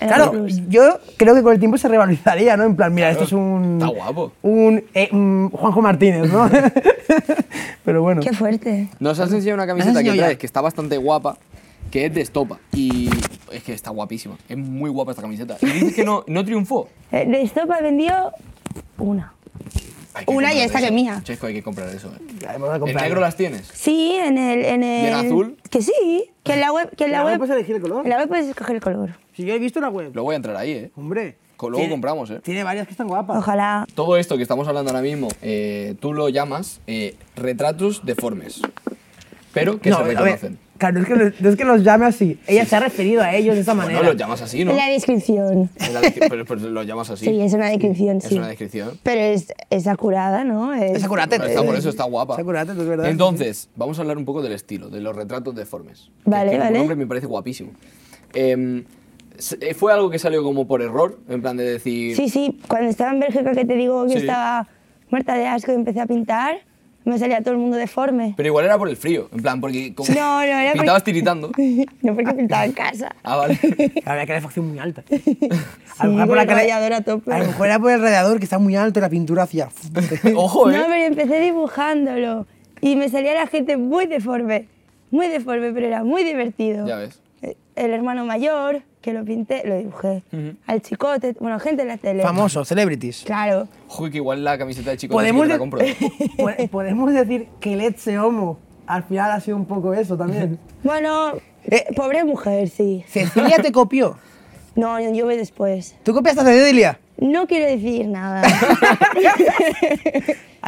[SPEAKER 3] Era un
[SPEAKER 2] Claro,
[SPEAKER 3] plus.
[SPEAKER 2] yo creo que con el tiempo se revalorizaría, ¿no? En plan, mira, esto es un.
[SPEAKER 1] está guapo.
[SPEAKER 2] Un, eh, un Juanjo Martínez, ¿no? pero bueno.
[SPEAKER 3] Qué fuerte.
[SPEAKER 1] Nos has enseñado una camiseta que
[SPEAKER 2] enseñado ya?
[SPEAKER 1] traes que está bastante guapa, que es de estopa. Y es que está guapísima. Es muy guapa esta camiseta. Y dices que no, no triunfó.
[SPEAKER 3] Eh, De estopa vendió una.
[SPEAKER 1] Hay que
[SPEAKER 3] Una y
[SPEAKER 1] comprar
[SPEAKER 3] esta que
[SPEAKER 1] eso.
[SPEAKER 3] mía.
[SPEAKER 1] Chesco, hay que comprar eso. eh.
[SPEAKER 2] Ya, vamos a
[SPEAKER 1] ¿En
[SPEAKER 2] comprar.
[SPEAKER 1] negro las tienes?
[SPEAKER 3] Sí, en el, en el.
[SPEAKER 1] en azul?
[SPEAKER 3] Que sí. Que en la web. Que en la,
[SPEAKER 2] La web
[SPEAKER 3] web,
[SPEAKER 2] puedes elegir el color.
[SPEAKER 3] En la web puedes escoger el color.
[SPEAKER 2] Si yo he visto la web.
[SPEAKER 1] Lo voy a entrar ahí, ¿eh?
[SPEAKER 2] Hombre.
[SPEAKER 1] Co- luego compramos, ¿eh?
[SPEAKER 2] Tiene varias que están guapas.
[SPEAKER 3] Ojalá.
[SPEAKER 1] Todo esto que estamos hablando ahora mismo, eh, tú lo llamas eh, retratos deformes, pero que
[SPEAKER 2] No,
[SPEAKER 1] se
[SPEAKER 2] a ver,
[SPEAKER 1] reconocen.
[SPEAKER 2] Claro, es que, los- no es que los llame así. Ella se ha referido a ellos de esa
[SPEAKER 1] Bueno,
[SPEAKER 2] manera.
[SPEAKER 1] los llamas así, ¿no?
[SPEAKER 3] En la descripción.
[SPEAKER 1] Es la descri- pero, pero lo llamas así.
[SPEAKER 3] Sí, es una descripción,
[SPEAKER 1] Es
[SPEAKER 3] sí.
[SPEAKER 1] una descripción.
[SPEAKER 3] Pero es, es acurada, ¿no? Es,
[SPEAKER 2] Es acurada.
[SPEAKER 1] Pero está por eso está guapa.
[SPEAKER 2] Está curada, eh. es verdad.
[SPEAKER 1] Entonces, vamos a hablar un poco del estilo, de los retratos deformes.
[SPEAKER 3] Vale,
[SPEAKER 1] Es que como
[SPEAKER 3] vale.
[SPEAKER 1] nombre me parece guapísimo. Em, se- eh, fue algo que salió como por error, en plan de decir.
[SPEAKER 3] Sí, sí. Cuando estaba en Bélgica, que te digo que
[SPEAKER 1] Sí.
[SPEAKER 3] estaba muerta de asco y empecé a pintar, me salía todo el mundo deforme.
[SPEAKER 1] Pero igual era por el frío, en plan, porque como
[SPEAKER 3] No, no, era porque-
[SPEAKER 1] pintabas tiritando.
[SPEAKER 3] no porque pintaba en casa.
[SPEAKER 1] Ah, vale.
[SPEAKER 2] Había calefacción muy alta. a,
[SPEAKER 3] Sí,
[SPEAKER 2] lo mejor
[SPEAKER 3] con
[SPEAKER 2] la
[SPEAKER 3] el
[SPEAKER 2] cale-
[SPEAKER 3] radiador a tope.
[SPEAKER 2] a lo mejor era por el radiador que está muy alto y la pintura hacía.
[SPEAKER 1] Ojo, eh.
[SPEAKER 3] No, pero empecé dibujándolo y me salía la gente muy deforme, muy deforme, pero era muy divertido.
[SPEAKER 1] Ya ves.
[SPEAKER 3] Eh, El hermano mayor, que lo pinté, lo dibujé. Al chicote, bueno, gente en la tele.
[SPEAKER 2] Famosos, celebrities.
[SPEAKER 3] Claro.
[SPEAKER 1] Joder, que igual la camiseta de chico
[SPEAKER 2] Podemos,
[SPEAKER 1] no sé
[SPEAKER 2] de-
[SPEAKER 1] quién te la compro.
[SPEAKER 2] po- podemos decir que el Etse Homo al final ha sido un poco eso también.
[SPEAKER 3] Bueno,
[SPEAKER 2] Eh.
[SPEAKER 3] pobre mujer, sí.
[SPEAKER 2] Cecilia te copió.
[SPEAKER 3] No, yo- yo voy después.
[SPEAKER 2] ¿Tú copiaste a Cecilia?
[SPEAKER 3] No quiero decir nada.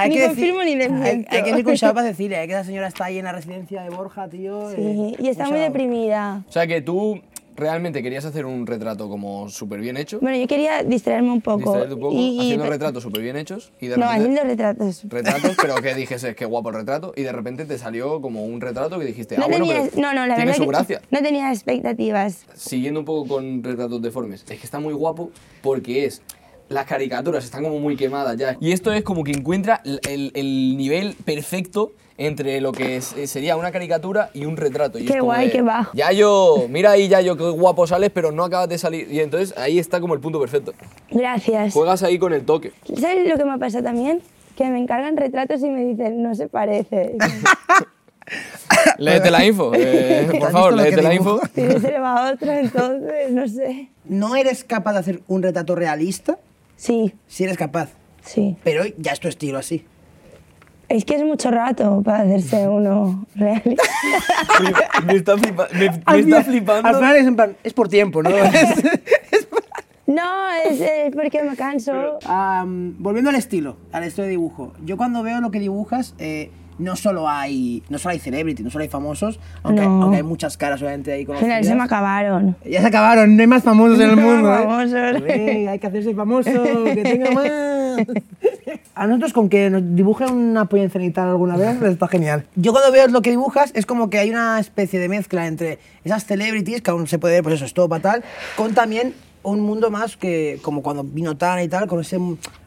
[SPEAKER 3] ni
[SPEAKER 2] decir-
[SPEAKER 3] confirmo ni desmiento.
[SPEAKER 2] Hay, hay que decir con Chapa Cecilia, eh, que esa señora está ahí en la residencia de Borja, tío.
[SPEAKER 3] Sí,
[SPEAKER 2] eh,
[SPEAKER 3] y está
[SPEAKER 2] un
[SPEAKER 3] muy
[SPEAKER 2] shout-out.
[SPEAKER 3] deprimida.
[SPEAKER 1] O sea que tú realmente querías hacer un retrato como súper bien hecho.
[SPEAKER 3] Bueno, yo quería distraerme un poco.
[SPEAKER 1] distraerte un poco,
[SPEAKER 3] y- y-
[SPEAKER 1] haciendo retratos súper bien hechos y de
[SPEAKER 3] No,
[SPEAKER 1] repente-
[SPEAKER 3] haciendo retratos.
[SPEAKER 1] retratos, pero que dijese, qué guapo el retrato, y de repente te salió como un retrato que dijiste, ah,
[SPEAKER 3] No,
[SPEAKER 1] bueno,
[SPEAKER 3] tenía,
[SPEAKER 1] pero
[SPEAKER 3] no, no, la
[SPEAKER 1] tiene
[SPEAKER 3] verdad
[SPEAKER 1] su
[SPEAKER 3] que
[SPEAKER 1] gracia.
[SPEAKER 3] no tenía expectativas.
[SPEAKER 1] Siguiendo un poco con retratos deformes, es que está muy guapo porque es... Las caricaturas están como muy quemadas ya. Y esto es como que encuentra el, el- el nivel perfecto entre lo que es- eh, sería una caricatura y un retrato. Y es
[SPEAKER 3] Qué
[SPEAKER 1] como
[SPEAKER 3] guay,
[SPEAKER 1] de,
[SPEAKER 3] qué bajo.
[SPEAKER 1] Yayo, mira ahí, Yayo, qué guapo sales, pero no acabas de salir. Y entonces ahí está como el punto perfecto.
[SPEAKER 3] Gracias.
[SPEAKER 1] Juegas ahí con el toque.
[SPEAKER 3] ¿Sabes lo que me ha pasado también? Que me encargan retratos y me dicen, no se parece.
[SPEAKER 1] Léete la info, eh,
[SPEAKER 2] ¿Has
[SPEAKER 1] por
[SPEAKER 2] visto
[SPEAKER 1] favor,
[SPEAKER 2] lo que
[SPEAKER 1] léete la
[SPEAKER 2] dibujo?
[SPEAKER 1] info.
[SPEAKER 3] Si se le va a otro, entonces, no sé.
[SPEAKER 2] No eres capaz de hacer un retrato realista
[SPEAKER 3] Sí,
[SPEAKER 2] si eres capaz,
[SPEAKER 3] sí.
[SPEAKER 2] pero ya es tu estilo así.
[SPEAKER 3] Es que es mucho rato para hacerse uno real.
[SPEAKER 1] Oye, me está, flipa- me- me
[SPEAKER 2] Al
[SPEAKER 1] está
[SPEAKER 2] final-
[SPEAKER 1] flipando.
[SPEAKER 2] Al final es en plan, es por tiempo, ¿no? Es- es por-
[SPEAKER 3] No, es, eh, porque me canso.
[SPEAKER 2] Am, volviendo al estilo, al estilo de dibujo. Yo cuando veo lo que dibujas, eh, no solo hay no solo hay celebrity, no solo hay famosos, aunque,
[SPEAKER 3] No.
[SPEAKER 2] aunque hay muchas caras obviamente ahí
[SPEAKER 3] Al
[SPEAKER 2] conocidas.
[SPEAKER 3] final se me acabaron.
[SPEAKER 2] Ya se acabaron, no hay más famosos en el
[SPEAKER 3] No,
[SPEAKER 2] mundo. ¿eh?
[SPEAKER 3] famosos.
[SPEAKER 2] Ey, hay que hacerse famoso, que tenga más. A nosotros con que nos dibuje una polla en cenital alguna vez, está genial. Yo cuando veo lo que dibujas es como que hay una especie de mezcla entre esas celebrities, que aún se puede ver, pues eso, es todo para tal, con también un mundo más que, como cuando vino Tana y tal, con ese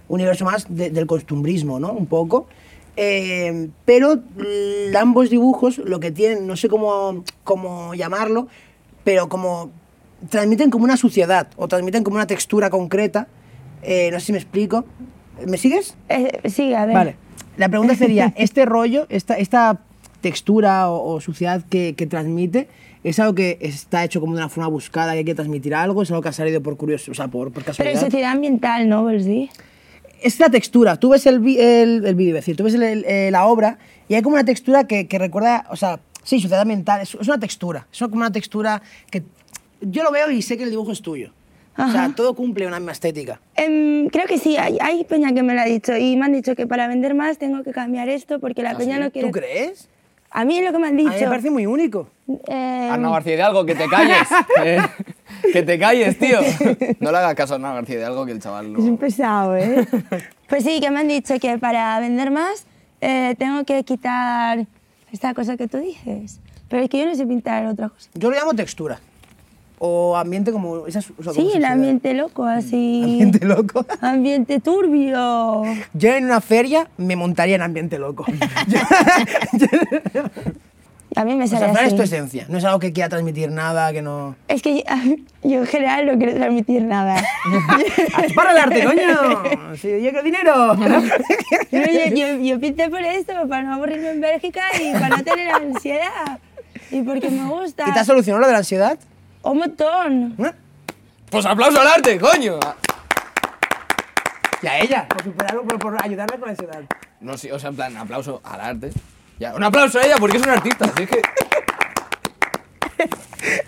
[SPEAKER 2] universo más de- del costumbrismo, ¿no? Un poco. Eh, pero mm, ambos dibujos, lo que tienen, no sé cómo, cómo llamarlo, pero como transmiten como una suciedad o transmiten como una textura concreta. Eh, no sé si me explico. ¿Me sigues?
[SPEAKER 3] Eh, sigue, a ver.
[SPEAKER 2] Vale. La pregunta sería, ¿este rollo, esta, esta textura o, o suciedad que, que transmite, es algo que está hecho como de una forma buscada, que hay que transmitir algo? ¿Es algo que ha salido por curiosidad, o sea, por, por
[SPEAKER 3] Pero en
[SPEAKER 2] casualidad?
[SPEAKER 3] sociedad ambiental, ¿no, Bolsí?
[SPEAKER 2] es la textura. Tú ves el, vi- el, el vídeo, es decir, tú ves el- el- eh, la obra y hay como una textura que, que recuerda, o sea, sí, sociedad mental, es, es una textura. Es como una textura que yo lo veo y sé que el dibujo es tuyo. O sea,
[SPEAKER 3] Ajá.
[SPEAKER 2] todo cumple una misma estética.
[SPEAKER 3] Em, creo que sí, hay, hay peña que me lo ha dicho y me han dicho que para vender más tengo que cambiar esto porque la peña no quiere...
[SPEAKER 2] Ah, ¿Tú crees?
[SPEAKER 3] A mí es lo que me han
[SPEAKER 2] A
[SPEAKER 3] dicho.
[SPEAKER 2] mí me parece muy único.
[SPEAKER 3] Em,
[SPEAKER 1] Arna Ah, García de algo, que te calles. eh, que te calles, tío. No le hagas caso a Arna García de algo que el chaval
[SPEAKER 3] Es un
[SPEAKER 1] no.
[SPEAKER 3] pesado, ¿eh? pues sí, que me han dicho que para vender más eh, tengo que quitar esta cosa que tú dices. Pero es que yo no sé pintar otra cosa.
[SPEAKER 2] Yo lo llamo textura. O ambiente como... Esa, su- o sea, como
[SPEAKER 3] Sí, el
[SPEAKER 2] suciedad.
[SPEAKER 3] ambiente loco, así.
[SPEAKER 2] Ambiente loco.
[SPEAKER 3] Ambiente turbio.
[SPEAKER 2] Yo en una feria me montaría en ambiente loco. Yo-
[SPEAKER 3] A mí me
[SPEAKER 2] o sea,
[SPEAKER 3] sale
[SPEAKER 2] Fran es
[SPEAKER 3] así.
[SPEAKER 2] tu esencia. No es algo que quiera transmitir nada, que no...
[SPEAKER 3] Es que yo, yo en general no quiero transmitir nada.
[SPEAKER 2] ¡Para el arte, coño! ¡Sí, yo quiero dinero!
[SPEAKER 3] yo, yo- yo- yo pinté por esto, para no aburrirme en Bélgica y para no tener ansiedad. Y porque me gusta.
[SPEAKER 2] ¿Y te has solucionado lo de la ansiedad?
[SPEAKER 3] Un montón.
[SPEAKER 2] ¿Eh?
[SPEAKER 1] Pues aplauso al arte, coño.
[SPEAKER 2] Y a ella, por superarlo, por, por ayudarla con la ansiedad.
[SPEAKER 1] No, sí, o sea, en plan, aplauso al arte. Ya, un aplauso a ella porque es una artista, así que.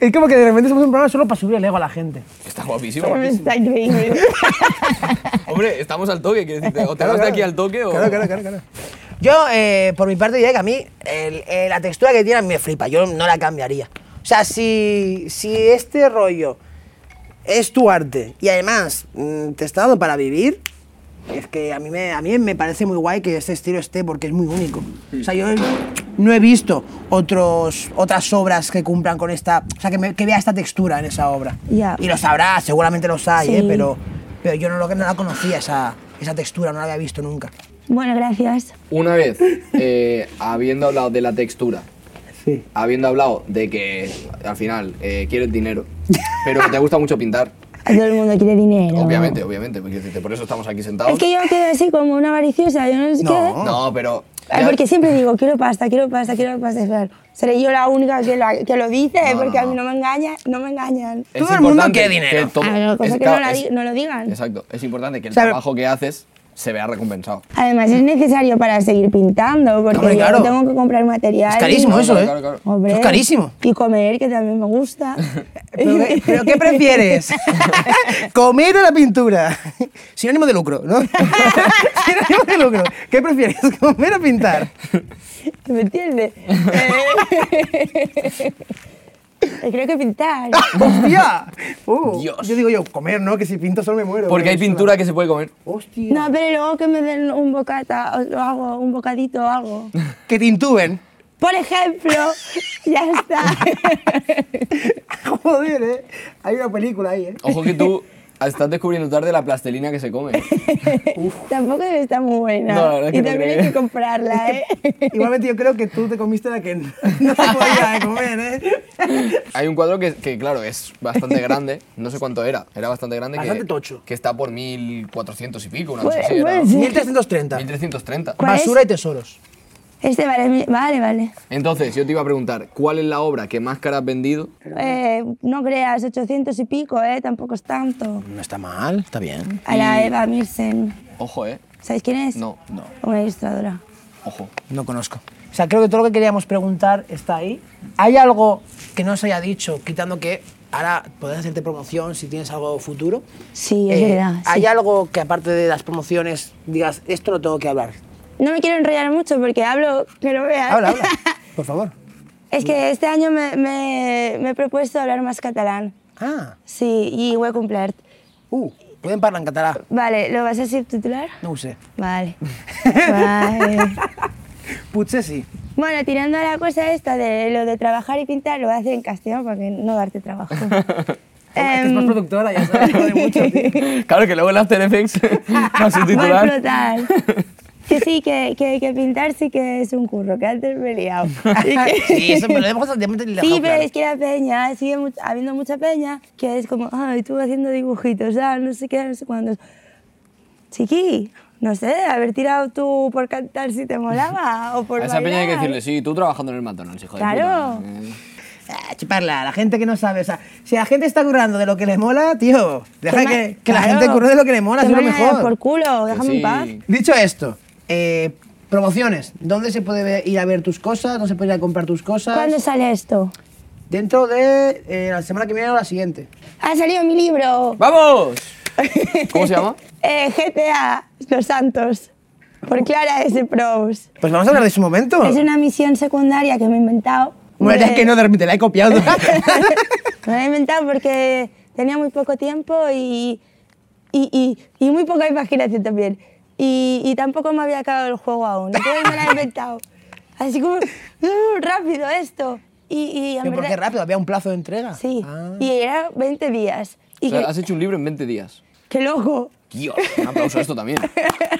[SPEAKER 2] Es como que de repente somos un programa solo para subir el ego a la gente.
[SPEAKER 1] que Está guapísimo.
[SPEAKER 3] Está increíble.
[SPEAKER 1] Hombre, estamos al toque, quiero decirte. O te vas de aquí al toque o.
[SPEAKER 2] Claro, claro, claro. claro. Yo, eh, por mi parte, diría que a mí el- eh, la textura que tiene me flipa. Yo no la cambiaría. O sea, si, si este rollo es tu arte y además mm, te está dando para vivir, es que a mí, me, a mí me parece muy guay que este estilo esté porque es muy único. O sea, yo no he visto otros, otras obras que cumplan con esta... O sea, que, me- que vea esta textura en esa obra.
[SPEAKER 3] Ya.
[SPEAKER 2] Y los habrá, seguramente los hay,
[SPEAKER 3] Sí.
[SPEAKER 2] ¿eh? pero, pero yo no, lo- no la conocía esa, esa textura, no la había visto nunca.
[SPEAKER 3] Bueno, gracias.
[SPEAKER 1] Una vez, eh, habiendo hablado de la textura,
[SPEAKER 2] Sí.
[SPEAKER 1] habiendo hablado de que al final eh, quieres dinero, pero que te gusta mucho pintar.
[SPEAKER 3] A todo el mundo quiere dinero.
[SPEAKER 1] Obviamente, obviamente, porque, quiero decirte, por eso estamos aquí sentados.
[SPEAKER 3] Es que yo quedo así como una avariciosa, yo no sé
[SPEAKER 2] No.
[SPEAKER 3] qué.
[SPEAKER 1] No, pero.
[SPEAKER 3] Ay,
[SPEAKER 1] ya-
[SPEAKER 3] porque siempre digo, quiero pasta, quiero pasta, quiero pasta. Claro, seré yo la única que, la- que lo dice,
[SPEAKER 1] no,
[SPEAKER 3] porque a mí
[SPEAKER 1] no.
[SPEAKER 3] no me engañan, no me engañan.
[SPEAKER 1] es
[SPEAKER 2] Todo el mundo
[SPEAKER 1] importante
[SPEAKER 2] quiere dinero.
[SPEAKER 1] que todo-
[SPEAKER 3] Ah, no, cosa
[SPEAKER 1] es-
[SPEAKER 3] que no
[SPEAKER 1] claro,
[SPEAKER 3] la
[SPEAKER 1] es-
[SPEAKER 3] di- no lo digan.
[SPEAKER 1] Exacto, es importante que el
[SPEAKER 2] O sea,
[SPEAKER 1] trabajo que haces se vea recompensado.
[SPEAKER 3] Además, es necesario para seguir pintando, porque
[SPEAKER 2] Hombre,
[SPEAKER 3] yo
[SPEAKER 2] claro.
[SPEAKER 3] tengo que comprar material.
[SPEAKER 2] Es carísimo
[SPEAKER 1] Claro,
[SPEAKER 2] eso,
[SPEAKER 1] claro, claro,
[SPEAKER 2] ¿eh?
[SPEAKER 1] claro.
[SPEAKER 3] Hombre.
[SPEAKER 2] Eso es carísimo.
[SPEAKER 3] Y comer, que también me gusta.
[SPEAKER 2] ¿Pero qué, pero qué prefieres? ¿Comer o la pintura? Sinónimo de lucro, ¿no? Sinónimo de lucro. ¿Qué prefieres? ¿Comer o pintar?
[SPEAKER 3] ¿Tú ¿Me entiendes? Eh, Creo que pintar.
[SPEAKER 2] ¡Hostia! Uh,
[SPEAKER 1] Dios.
[SPEAKER 2] Yo digo yo, comer, ¿no? Que si pinto solo me muero.
[SPEAKER 1] Porque
[SPEAKER 2] pero
[SPEAKER 1] hay
[SPEAKER 2] es una-
[SPEAKER 1] pintura que se puede comer.
[SPEAKER 2] ¡Hostia!
[SPEAKER 3] No, pero luego que me den un bocata, os lo hago, un bocadito o algo.
[SPEAKER 2] Que te intuben.
[SPEAKER 3] Por ejemplo, ya está.
[SPEAKER 2] Joder, ¿eh? Hay una película ahí, ¿eh?
[SPEAKER 1] Ojo que tú estás descubriendo tarde la plastelina que se come.
[SPEAKER 3] Tampoco debe estar muy buena.
[SPEAKER 1] No, la verdad es que
[SPEAKER 3] y
[SPEAKER 1] no
[SPEAKER 3] también
[SPEAKER 1] creo.
[SPEAKER 3] hay que comprarla, ¿eh?
[SPEAKER 2] Igualmente yo creo que tú te comiste la que no se podía comer, ¿eh?
[SPEAKER 1] Hay un cuadro que, que, claro, es bastante grande. No sé cuánto era. Era bastante grande. que-
[SPEAKER 2] Bastante tocho.
[SPEAKER 1] Que está por 1400 y pico, una cosa
[SPEAKER 3] Puede-
[SPEAKER 1] así. Era
[SPEAKER 2] pues.
[SPEAKER 3] puede ser.
[SPEAKER 2] 1330.
[SPEAKER 1] 1330.
[SPEAKER 3] ¿Cuál es?
[SPEAKER 2] Basura y tesoros.
[SPEAKER 3] Este vale, mi- vale, vale.
[SPEAKER 1] Entonces, yo te iba a preguntar, ¿cuál es la obra que más cara has vendido?
[SPEAKER 3] Eh, no creas, 800 y pico, ¿eh? Tampoco es tanto.
[SPEAKER 2] No está mal, está bien.
[SPEAKER 3] A la Eva Mirsen.
[SPEAKER 1] Ojo, eh.
[SPEAKER 3] ¿Sabéis quién es?
[SPEAKER 1] No. No.
[SPEAKER 3] Una ilustradora.
[SPEAKER 1] Ojo.
[SPEAKER 2] No conozco. O sea, creo que todo lo que queríamos preguntar está ahí. ¿Hay algo que no se haya dicho, quitando que ahora podés hacerte promoción si tienes algo futuro?
[SPEAKER 3] Sí, es
[SPEAKER 2] Eh,
[SPEAKER 3] verdad. sí.
[SPEAKER 2] ¿Hay algo que aparte de las promociones digas, esto lo tengo que hablar?
[SPEAKER 3] No me quiero enrollar mucho porque hablo que lo veas.
[SPEAKER 2] Habla, habla. Por favor.
[SPEAKER 3] es que este año me, me- me he propuesto hablar más catalán.
[SPEAKER 2] Ah,
[SPEAKER 3] Sí, y voy a cumplir.
[SPEAKER 2] uh, pueden hablar en catalán.
[SPEAKER 3] Vale, ¿lo vas a subtitular?
[SPEAKER 2] No ho sé.
[SPEAKER 3] Vale. vale.
[SPEAKER 2] Potser sí.
[SPEAKER 3] Bueno, tirando a la cosa esta de lo de trabajar y pintar, lo voy a hacer en castellano porque no darte trabajo.
[SPEAKER 2] que es más
[SPEAKER 3] Em,
[SPEAKER 2] productora, ya sabes, jode mucho. tío.
[SPEAKER 1] Claro que luego el After Effects va a
[SPEAKER 3] Va a
[SPEAKER 1] subtitular.
[SPEAKER 3] explotar. Que sí, que, que, que pintar sí que es un curro, que antes me he liado. Y que-
[SPEAKER 2] sí, eso me lo hemos de momento lo he
[SPEAKER 3] Sí,
[SPEAKER 2] dejado
[SPEAKER 3] pero
[SPEAKER 2] claro.
[SPEAKER 3] es que la peña, sigue mu- habiendo mucha peña, que es como, ay, tú haciendo dibujitos, ah, no sé qué, no sé cuándo. Chiqui, no sé, haber tirado tú por cantar si te molaba o por
[SPEAKER 1] A esa peña hay que
[SPEAKER 3] bailar.
[SPEAKER 1] decirle, sí, tú trabajando en el McDonald's, hijo
[SPEAKER 3] Claro.
[SPEAKER 1] de puta. Eh,
[SPEAKER 2] Ah, chuparla, la gente que no sabe. O sea, si la gente está currando de lo que le mola, tío, deja
[SPEAKER 3] Toma-
[SPEAKER 2] que, que la
[SPEAKER 3] claro.
[SPEAKER 2] gente curre de lo que le mola, es lo
[SPEAKER 3] Tómala
[SPEAKER 2] mejor.
[SPEAKER 3] por culo,
[SPEAKER 1] que
[SPEAKER 3] déjame
[SPEAKER 1] sí.
[SPEAKER 3] en paz.
[SPEAKER 2] Dicho esto, eh, promociones. ¿Dónde se puede ver- ir a ver tus cosas? ¿Dónde se puede ir a comprar tus cosas?
[SPEAKER 3] ¿Cuándo sale esto?
[SPEAKER 2] Dentro de eh, la semana que viene o la siguiente.
[SPEAKER 3] Ha salido mi libro.
[SPEAKER 1] ¡Vamos! ¿Cómo se llama?
[SPEAKER 3] Eh, GTA Los Santos, por Clara S. Pros.
[SPEAKER 2] Pues vamos a hablar de su momento.
[SPEAKER 3] Es una misión secundaria que me he inventado.
[SPEAKER 2] Bueno,
[SPEAKER 3] de-
[SPEAKER 2] es que no, de repente la he copiado.
[SPEAKER 3] Me la he inventado porque tenía muy poco tiempo y, y, y- y muy poca imaginación también. Y, y tampoco me había acabado el juego aún. Entonces me la he inventado. Así como, "Uh, rápido esto. Y, y en
[SPEAKER 2] Pero ¿Por qué
[SPEAKER 3] verdad-
[SPEAKER 2] rápido? ¿Había un plazo de entrega?
[SPEAKER 3] Sí.
[SPEAKER 2] Ah.
[SPEAKER 3] Y era 20 días. Y
[SPEAKER 1] O sea,
[SPEAKER 3] que-
[SPEAKER 1] has hecho un libro en 20 días.
[SPEAKER 3] qué loco.
[SPEAKER 1] Dios, un aplauso a esto también.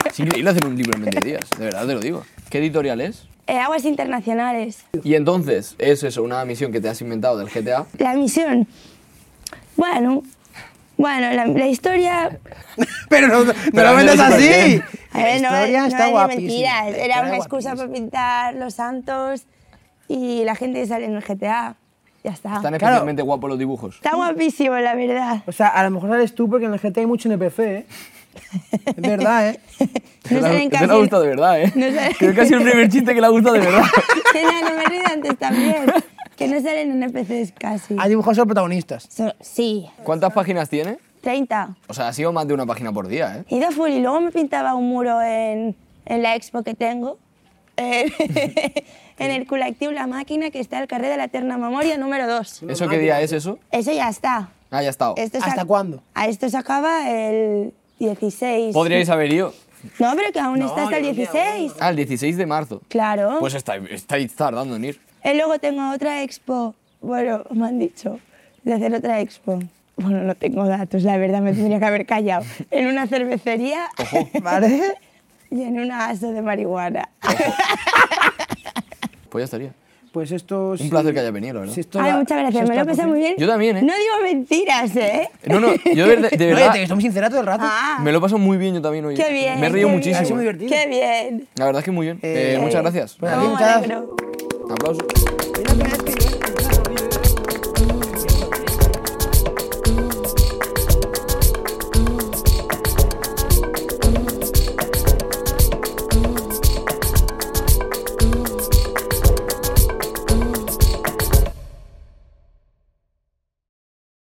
[SPEAKER 1] Es increíble hacer un libro en 20 días, de verdad te lo digo. ¿Qué editorial es?
[SPEAKER 3] Eh, aguas internacionales.
[SPEAKER 1] Y entonces, es eso, una misión que te has inventado del GTA.
[SPEAKER 3] La misión. Bueno, bueno, la, la historia.
[SPEAKER 2] Pero no, no
[SPEAKER 1] Pero
[SPEAKER 2] lo vendas
[SPEAKER 1] Andrés,
[SPEAKER 2] así.
[SPEAKER 1] ¿por
[SPEAKER 3] A ver, eh, no,
[SPEAKER 2] la historia
[SPEAKER 3] no
[SPEAKER 2] está
[SPEAKER 3] es de
[SPEAKER 2] guapísima.
[SPEAKER 3] mentiras.
[SPEAKER 2] La
[SPEAKER 3] Era
[SPEAKER 2] historia
[SPEAKER 3] una excusa
[SPEAKER 2] guapísima.
[SPEAKER 3] para pintar los santos y la gente que sale en el GTA. Ya está.
[SPEAKER 1] Están
[SPEAKER 3] Está,
[SPEAKER 1] especialmente guapos los dibujos.
[SPEAKER 3] guapísimo, la verdad.
[SPEAKER 2] O sea, a lo mejor eres tú porque en el GTA hay mucho NPC, ¿eh? Es verdad, ¿eh?
[SPEAKER 1] Te
[SPEAKER 3] No
[SPEAKER 1] la-
[SPEAKER 3] salen
[SPEAKER 1] te
[SPEAKER 3] casi.
[SPEAKER 1] la gusta de verdad, ¿eh?
[SPEAKER 3] No salen-
[SPEAKER 1] Creo que ha sido el primer chiste que le ha gustado de verdad.
[SPEAKER 3] Que no, no me he reído antes también. Que no salen NPCs casi.
[SPEAKER 2] Ha dibujado a los protagonistas.
[SPEAKER 3] So- sí,
[SPEAKER 1] ¿Cuántas páginas tiene?
[SPEAKER 3] 30.
[SPEAKER 1] O sea, ha sido más de una página por día, ¿eh?
[SPEAKER 3] He ido full y luego me pintaba un muro en, en la expo que tengo. eh, en el col·lectiu La Màquina, que está al carrer de la Eterna Memoria número 2.
[SPEAKER 1] ¿Eso qué día es eso?
[SPEAKER 3] Eso ya está.
[SPEAKER 1] Ah, ya está.
[SPEAKER 3] Esto se
[SPEAKER 2] ¿Hasta
[SPEAKER 3] ac-
[SPEAKER 2] cuándo?
[SPEAKER 3] A esto se acaba el 16.
[SPEAKER 1] Podríais haber ido.
[SPEAKER 3] No, pero que aún
[SPEAKER 2] No,
[SPEAKER 3] está hasta el
[SPEAKER 2] yo creo que aún
[SPEAKER 3] 16.
[SPEAKER 1] Ah, el 16 de marzo.
[SPEAKER 3] Claro.
[SPEAKER 2] eh.
[SPEAKER 1] Pues está- estáis tardando en ir.
[SPEAKER 3] Y luego tengo otra expo. Bueno, me han dicho de hacer otra expo. Bueno, no tengo datos, la verdad, me tendría que haber callado. En una cervecería
[SPEAKER 2] ¿Vale?
[SPEAKER 3] y en una aso de marihuana.
[SPEAKER 1] Pues ya estaría.
[SPEAKER 2] Pues esto...
[SPEAKER 1] Un placer que haya venido, la verdad.
[SPEAKER 2] Si esto
[SPEAKER 3] Ay,
[SPEAKER 2] va-
[SPEAKER 3] muchas
[SPEAKER 2] si
[SPEAKER 3] gracias, me
[SPEAKER 2] esto
[SPEAKER 3] lo he
[SPEAKER 2] va
[SPEAKER 3] pasado
[SPEAKER 2] por
[SPEAKER 3] muy
[SPEAKER 2] fin-
[SPEAKER 3] bien.
[SPEAKER 1] Yo también, ¿eh?
[SPEAKER 3] No digo mentiras, ¿eh?
[SPEAKER 1] No, no, yo de, de
[SPEAKER 2] No, ya
[SPEAKER 1] verdad
[SPEAKER 2] te estamos sinceras todo el rato.
[SPEAKER 3] Ah,
[SPEAKER 1] me lo paso muy bien yo también hoy.
[SPEAKER 3] qué bien.
[SPEAKER 1] Me he reído
[SPEAKER 3] qué
[SPEAKER 2] Ha sido
[SPEAKER 1] muchísimo.
[SPEAKER 2] muy
[SPEAKER 3] bien.
[SPEAKER 2] divertido.
[SPEAKER 3] Qué bien.
[SPEAKER 1] La verdad es que muy bien. Eh,
[SPEAKER 2] Eh,
[SPEAKER 1] muchas gracias.
[SPEAKER 2] Pues
[SPEAKER 3] Cómo me
[SPEAKER 2] muchas-
[SPEAKER 3] alegro.
[SPEAKER 1] Aplausos.
[SPEAKER 3] Mira lo que me has pedido.